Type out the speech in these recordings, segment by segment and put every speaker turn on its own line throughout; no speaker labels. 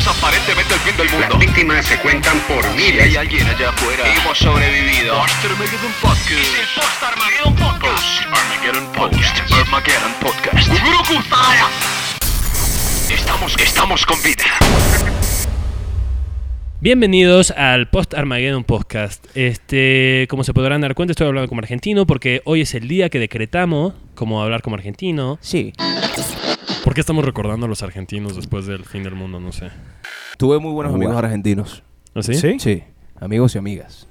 es el fin del mundo.
Las víctimas se cuentan por
Si
miles.
hay alguien allá afuera, hemos sobrevivido. Monster Armageddon Podcast. Es el Post Armageddon Podcast. Post Armageddon Podcast. Post Armageddon Podcast. Guguruku Zaya. Estamos, estamos con vida.
Bienvenidos al Post Armageddon Podcast. Este, como se podrán dar cuenta, estoy hablando como argentino porque hoy es el día que decretamos como hablar como argentino.
Sí,
¿Por qué estamos recordando a los argentinos después del fin del mundo? No sé.
tuve muy buenos amigos argentinos.
¿Así?
¿Sí?
Sí, amigos y amigas.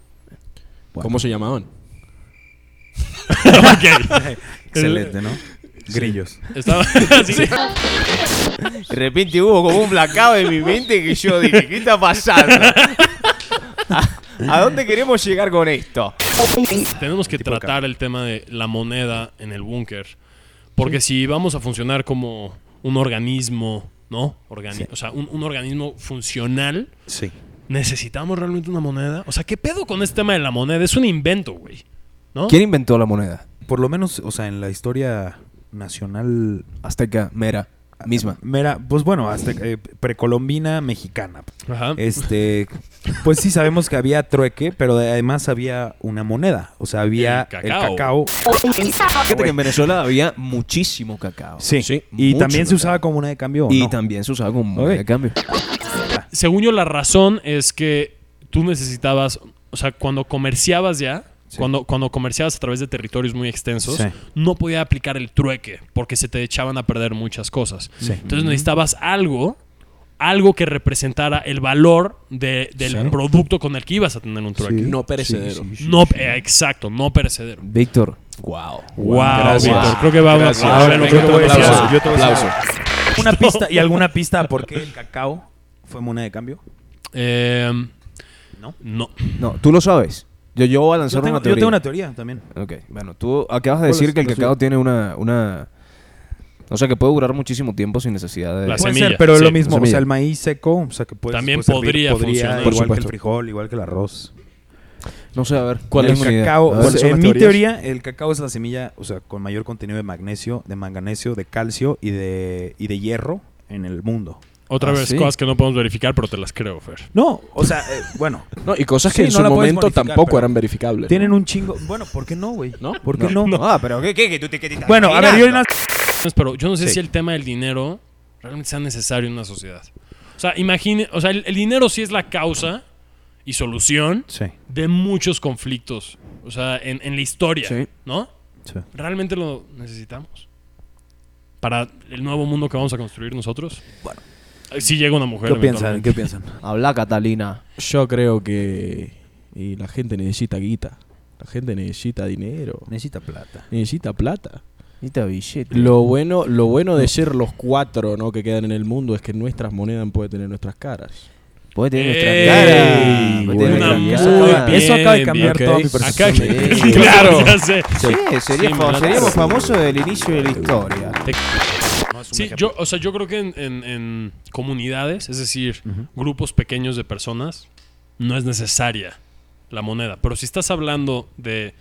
¿Cómo se llamaban?
Excelente, ¿no? Grillos.
Estaba así.
De repente hubo como un blackout en mi mente que yo dije, ¿qué está pasando? ¿A, a dónde queremos llegar con esto?
Tenemos que tratar el tema de la moneda en el búnker. Porque si vamos a funcionar como un organismo, ¿no? Organi- O sea, un, un organismo funcional,
Sí.
¿necesitamos realmente una moneda? O sea, ¿qué pedo con este tema de la moneda? Es un invento, güey. ¿No?
¿Quién inventó la moneda?
Por lo menos, o sea, en la historia nacional
Azteca, Mera, misma.
Mira, pues bueno, hasta eh, precolombina mexicana.
Ajá.
Este, pues sí sabemos que había trueque, pero además había una moneda, o sea, había
El
el
cacao.
cacao.
Fíjate que en Venezuela había muchísimo cacao.
Sí.
Sí.
Y
Mucho
también se
cacao.
usaba como moneda de cambio. ¿o
Y
no? Ah,
también se usaba como moneda
Ok.
de cambio.
Según yo, la razón es que tú necesitabas, o sea, cuando comerciabas ya, cuando, cuando comerciabas a través de territorios muy extensos,
Sí.
no podía aplicar el trueque porque se te echaban a perder muchas cosas.
Sí.
Entonces necesitabas algo, algo que representara el valor de- del
Sí.
producto con el que ibas a tener un trueque.
Sí,
No perecedero.
sí, sí, sí.
No, eh, exacto, no perecedero.
Víctor. Wow.
Wow,
gracias.
Víctor, creo que vamos
Gracias.
a
Ahora,
ver
yo te voy a decir
aplauso,
algo, yo te voy a decir
aplauso.
algo. Una pista y alguna pista de por qué el cacao fue moneda de cambio.
no. Eh,
No.
No.
No, tú lo sabes. Yo, yo voy a
Yo
lanzar
tengo,
una
yo
teoría.
tengo una teoría también.
Ok, bueno, tú acabas de
¿Cuál
decir
es
que el
la
cacao
suya?
tiene una, una... O sea, que puede durar muchísimo tiempo sin necesidad de...
La
Puede
semilla,
ser, pero es
sí.
lo mismo, o
Semilla.
sea, Pues el maíz seco, o sea, que puede
También
puede servir,
podría funcionar. Por
igual que el
supuesto.
frijol, igual que el arroz.
No sé, a ver. Pues
¿Cuál
no
el
tengo ni idea.
cacao,
A
o
ver, eh,
sea,
son
en
las
mi
teorías?
teoría, el cacao es la semilla, o sea, con mayor contenido de magnesio, de manganesio, de calcio y de, y de hierro en el mundo.
Otra
Ah,
vez,
sí.
cosas que no podemos verificar, pero te las creo, Fer.
No, o sea, eh, bueno,
No, y cosas que
Sí,
en
no
su
la puedes
momento
modificar,
tampoco
pero-
eran verificables.
tienen un chingo. Bueno, ¿por qué no, güey?
¿No?
¿Por qué no?
Ah, pero ¿qué, qué, qué tú te qué te estás
Bueno, a ver, yo
mirando?
Pero yo no sé
Sí.
si el tema del dinero realmente sea necesario en una sociedad. O sea, imagine, o sea, el, el dinero sí es la causa y solución
Sí,
de muchos conflictos, o sea, en, en la historia,
Sí.
¿no?
sí.
¿Realmente lo necesitamos? Para el nuevo mundo que vamos a construir nosotros. Bueno. Si llega una mujer.
¿Qué piensan?
eventualmente.
¿Qué piensan?
Habla, Catalina.
Yo creo que y la gente necesita guita. La gente necesita dinero.
Necesita plata.
Necesita plata.
Necesita billete.
Lo bueno, lo bueno de ser los cuatro ¿no? que quedan en el mundo es que nuestras monedas pueden tener nuestras caras.
Puede
¡Ey!
tener nuestra cara.
Buena,
Puede tener nuestra
muy
cara.
bien.
Eso acaba de cambiar
bien,
toda
ok.
mi percepción.
Acá,
Sí.
de-
claro. ya sé.
Sí, sería
Sí,
fa-
me la-
seríamos famosos del inicio de la historia.
Sí, yo, o sea, yo creo que en, en- en comunidades, es decir, grupos pequeños de personas, no es necesaria la moneda. Pero si estás hablando de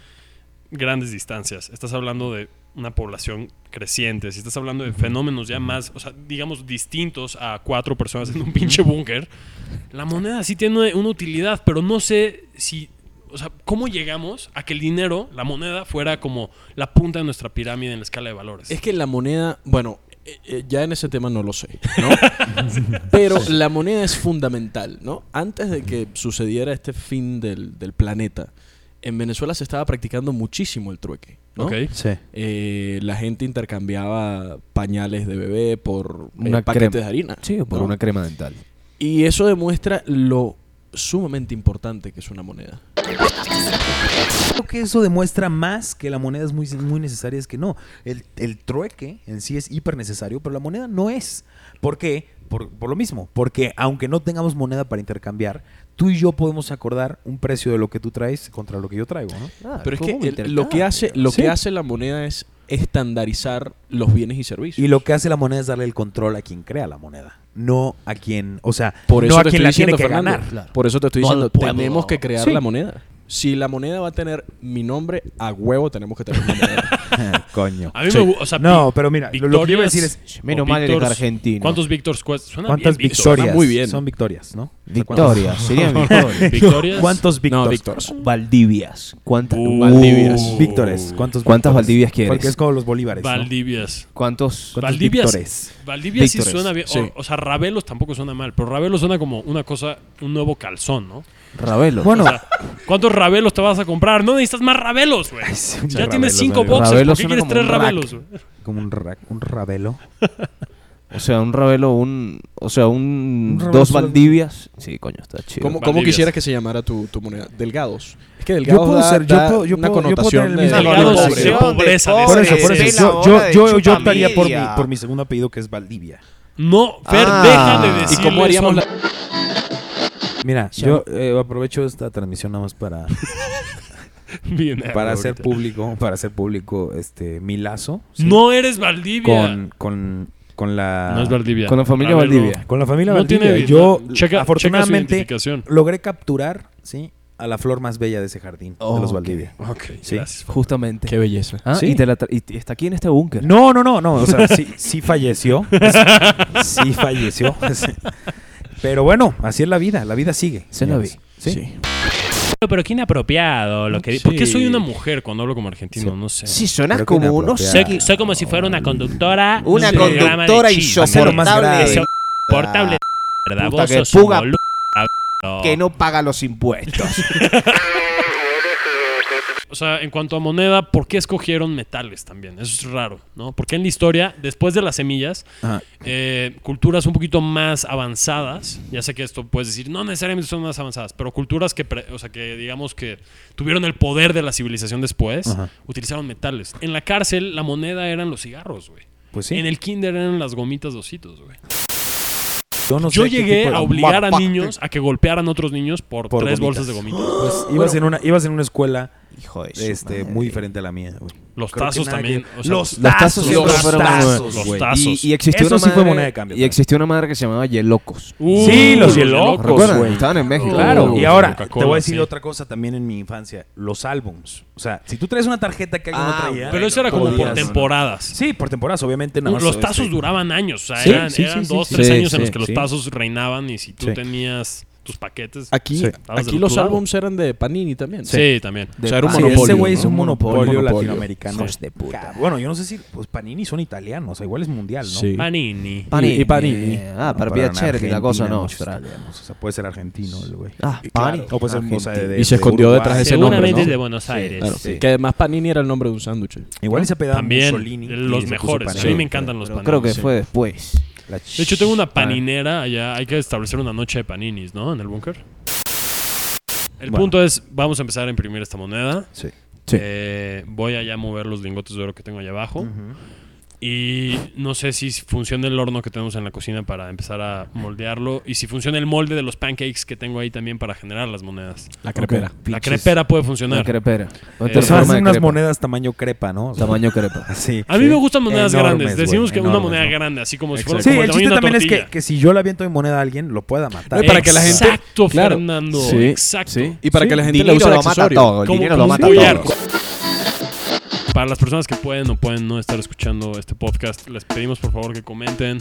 grandes distancias, estás hablando de una población creciente, si estás hablando de fenómenos ya más, o sea, digamos, distintos a cuatro personas en un pinche búnker, la moneda sí tiene una utilidad, pero no sé si... O sea, ¿cómo llegamos a que el dinero, la moneda, fuera como la punta de nuestra pirámide en la escala de valores?
Es que la moneda, bueno, eh, eh, ya en ese tema no lo sé, ¿no? Pero la moneda es fundamental, ¿no? Antes de que sucediera este fin del, del planeta, en Venezuela se estaba practicando muchísimo el trueque, ¿no?
Ok.
Sí.
Eh, la gente intercambiaba pañales de bebé por eh,
Una
paquetes
crema.
de harina.
Sí, por
¿no?
una crema dental.
Y eso demuestra lo sumamente importante que es una moneda.
Creo que eso demuestra más que la moneda es muy, muy necesaria, es que no. El, el trueque en sí es hiper necesario, pero la moneda no es. ¿Por qué? Por, por lo mismo. Porque aunque no tengamos moneda para intercambiar, tú y yo podemos acordar un precio de lo que tú traes contra lo que yo traigo, ¿no?
Pero es que el- lo, que hace, lo
Ah, Sí.
que hace la moneda es estandarizar los bienes y servicios.
Y lo que hace la moneda es darle el control a quien crea la moneda, no a quien, o sea,
Por eso
no a
te
quien
estoy
la
diciendo,
tiene que
Fernando.
ganar.
Por eso te estoy
No al
diciendo,
pueblo.
tenemos que crear
Sí.
la moneda. Si la moneda va a tener mi nombre, a huevo tenemos que tener una moneda.
Coño.
A mí
Sí.
me gusta. O sea,
No,
vi-
pero mira, lo- lo que iba a decir
victorias
es,
o
menos mal eres
Víctors.
argentino.
¿Cuántos Victors cuesta? Suena
¿Cuántas
bien Víctor.
victorias?
Ah, muy bien.
Son victorias, ¿no? O sea, ¿cuántas-
Victoria, sería Victoria.
¿Victorias?
¿Cuántos victors?
No, Víctors.
Valdivias. ¿Cuántas
Uh.
Valdivias?
Víctores.
¿Cuántas
¿Cuántos víctores?
Valdivias quieres?
Porque es como los bolívares. ¿no?
Valdivias.
¿Cuántos?
¿Cuántos
Valdivias,
Víctores?
Valdivias sí
Víctores,
suena bien. O-
sí.
O, sea, Ravelos tampoco suena mal, pero Ravelos suena como una cosa, un nuevo calzón, ¿no?
Ravelo.
Bueno,
O sea, ¿cuántos Ravelos te vas a comprar? No necesitas más Ravelos, güey.
sí,
ya
muchos
tienes
Ravelos,
cinco
amigo.
boxes.
Ravelos
¿Por qué
suena
quieres
como
tres
un rack.
Ravelos, güey?
como un, ra- un rabelo.
o sea, un Ravelo, un. O sea, un.
Un Ravelo
dos
solo-
Valdivias. Sí, coño, está chido.
¿Cómo,
Valdivias.
cómo quisieras que se llamara tu, tu moneda? Delgados. Es que delgados
puedo
da-
ser- yo
da
puedo- yo
una
puedo- yo puedo
connotación
tener el
de-
mismo
de
Delgados,
pobre.
sí. pobreza,
Por eso, por
Ese es
eso. Yo, yo, yo, yo optaría por mi, por mi segundo apellido, que es Valdivia.
No, Fer,
Ah.
deja
¿Y
de
¿Y
decir.
cómo haríamos la-
Mira, yo eh, aprovecho esta transmisión nada más para, para hacer público, para hacer público este mi lazo ¿sí?
No eres Valdivia.
con, con, con la
no es Valdivia.
Con la familia
Ravelo.
Valdivia.
con la familia
No
Valdivia.
tiene-
yo
checa- checa su
afortunadamente
identificación.
logré capturar, ¿sí? a la flor más bella de ese jardín de los
Ok.
Valdivia.
Ok,
Sí.
gracias.
Justamente.
Qué belleza.
Ah,
Sí.
y, te la tra- y t- y está aquí en este búnker.
No, no, no, no. O sea, sí, sí falleció. Sí falleció. Pero bueno, así es la vida. La vida sigue.
Se la vi.
señores. Sí.
Pero qué inapropiado lo que
Sí.
¿Por qué soy una mujer cuando hablo como argentino? No sé.
sonas
Creo que como unos- inapropiado.
Soy, soy como si fuera una conductora. de
Una
un programa de
conductora
chismes.
Hacerlo más
insoportable. Ah.
grave.
Insoportable. ¿verdad?
Puta
Vos
que
sos un
puga-
boludo,
que no paga los impuestos.
O sea, en cuanto a moneda, ¿por qué escogieron metales también? Eso es raro, ¿no? Porque en la historia, después de las semillas,
Ajá.
eh, culturas un poquito más avanzadas, ya sé que esto puedes decir, no necesariamente son más avanzadas, pero culturas que, pre- o sea, que digamos que tuvieron el poder de la civilización después,
Ajá.
utilizaron metales. En la cárcel, la moneda eran los cigarros, güey.
Pues sí.
En el kinder eran las gomitas de ositos, güey.
Yo, no
Yo
sé qué
llegué
tipo de-
a obligar a niños a que golpearan a otros niños por,
Por
tres bolsas
gomitas.
de gomitas.
Pues ibas, en una, ibas en una escuela
Hijo de su
este,
madre.
muy diferente a la mía. güey.
Los
Creo que
tazos
nada
también.
que-
o sea,
los
Los
tazos
tazos
siempre
los
fueron
tazos,
buenos,
los
güey.
tazos.
Y, y existió
Eso
una
sí fue
madre-
moneda de cambio,
Y existió una madre que se llamaba Yelocos.
Uh,
Sí, los
hielocos,
¿Recuerdan?
güey.
Estaban en México.
Claro,
Uh,
y ahora te
Coca-Cola,
voy a decir
sí.
otra cosa también en mi infancia, los álbums. O sea, si tú traes una tarjeta que alguien
Ah,
no traía,
Pero eso era como por
podías-
temporadas.
Sí, por temporadas, obviamente nada más,
los
este,
tazos duraban años, o sea,
Sí,
eran,
sí, sí,
eran
sí,
dos,
sí.
tres
Sí,
años en
sí,
los que los
sí.
tazos reinaban y si tú
Sí.
tenías tus paquetes.
Aquí,
Sí.
Estabas
aquí
del
los
otro lado.
álbums eran de Panini también.
Sí, también.
O sea, era un
Sí,
monopolio.
ese güey es un
Un
monopolio,
monopolio.
latinoamericano.
Hijos
de puta. Bueno, yo no sé si pues Panini son italianos, o sea, igual es mundial, ¿no?
Sí.
Panini.
Panini. Y Panini.
Ah, para
Pero en
Piacere, la
Argentina
cosa
muchos
nostra.
italianos, O sea, puede ser argentino el güey.
Ah, Panini.
O puede ser o sea, de- de-
Y se
de
escondió
Uruguay.
detrás de ese nombre,
Seguramente
¿no?
de Buenos Aires.
Claro,
Sí.
Que además Panini era el nombre de un sándwich.
Igual y se pedaba
También
Mussolini. y
los
se puso
mejores.
Panini.
A mí me encantan los
Pero
paninis.
Pues creo que
sí.
fue después.
La
De hecho, tengo una
ch- Panini.
paninera allá. Hay que establecer una noche de paninis, ¿no? En el búnker. El punto es, vamos a empezar a imprimir esta moneda.
Sí.
Sí.
Eh, voy allá a mover los lingotes de oro que tengo allá abajo. Y no sé si funciona el horno que tenemos en la cocina para empezar a moldearlo. Y si funciona el molde de los pancakes que tengo ahí también para generar las monedas.
La crepera.
La crepera puede
Una
funcionar.
crepera. Otra
Eh,
Pero
forma
son
de
unas
crepa.
monedas tamaño crepa, ¿no? O sea,
Tamaño crepa.
Sí.
A mí me gustan monedas
Enormes,
grandes.
güey,
Decimos que una
enormes,
moneda
¿no?
grande, así como si fuera
Sí,
como el
el
tamaño
chiste
de una
también es
tortilla.
que, que si yo le aviento mi moneda a alguien, lo pueda matar.
No, y para que la gente-
Exacto,
Claro.
Fernando.
Sí,
Exacto.
sí. Y para que la gente le use
Dinero
el
lo mata
accesorio.
todo. El
Como-
dinero
como
lo
un
mata
collar.
todo.
Para las personas que pueden o pueden no estar escuchando este podcast, les pedimos por favor que comenten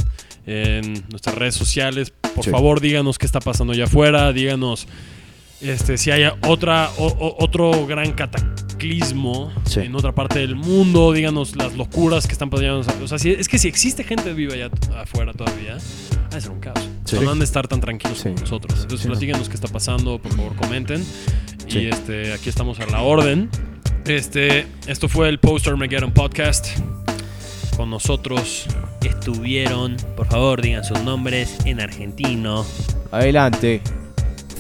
en nuestras redes sociales. Por favor, díganos qué está pasando allá afuera. Díganos este, si hay otra, o- o- otro gran cataclismo
Sí.
en otra parte del mundo. Díganos las locuras que están pasando. O sea, si- es que si existe gente viva allá t- afuera todavía, ha de ser un caos. O sea, no han de estar tan tranquilos como nosotros. Entonces, platíganos qué está pasando. Por favor, comenten. Y este, aquí estamos a la orden. Este, esto fue el Post Armageddon Podcast. Con nosotros estuvieron, por favor, digan sus nombres en argentino.
Adelante.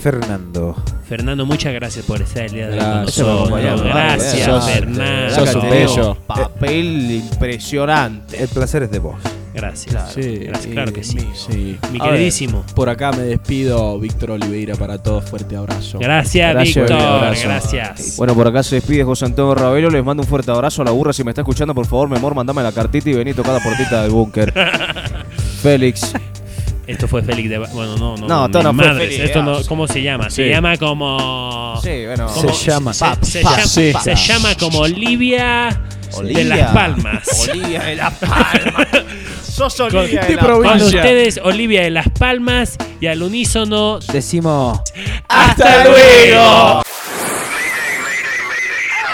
Fernando.
Fernando, muchas gracias por estar el día de hoy con
Gracias,
nosotros.
compañero.
Gracias,
Sos-
Fernando.
sos un bello.
Papel impresionante.
El placer es de vos.
Gracias. Gracias, claro que sí.
sí.
Mi
A ver.
queridísimo.
Por acá me despido, Víctor Oliveira, para todos. Fuerte abrazo.
Gracias,
Gracias,
Víctor.
abrazo.
Gracias.
Bueno, por acá se despide José Antonio Ravelo. Les mando un fuerte abrazo a la burra. Si me está escuchando, por favor, mi amor, mandame la cartita y vení a tocar la puertita del búnker. Félix.
Esto fue Félix de... Ba- Bueno, no, no.
No,
ni
esto no fue
madres.
Félix.
Esto no, ¿Cómo se llama? Se
Sí.
llama como...
Sí, bueno.
como-
Se llama.
Se, se
Pa-
llama,
sí.
se llama como Olivia de
Olía.
Las Palmas.
Olía de la palma. Sos olía
este
Con-
de la
Con
palma.
ustedes, Olivia de Las Palmas y al unísono.
Decimos.
¡Hasta luego!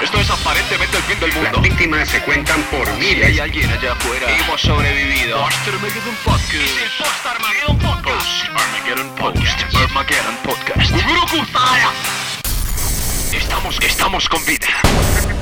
Esto es aparentemente el fin del mundo. Las víctimas se cuentan por miles. hay alguien allá afuera, hemos sobrevivido. Monster Armageddon Podcast. Es el Post Armageddon Podcast. Armageddon Podcast. Armageddon Podcast. Guguru Kutaya. Estamos, estamos con vida.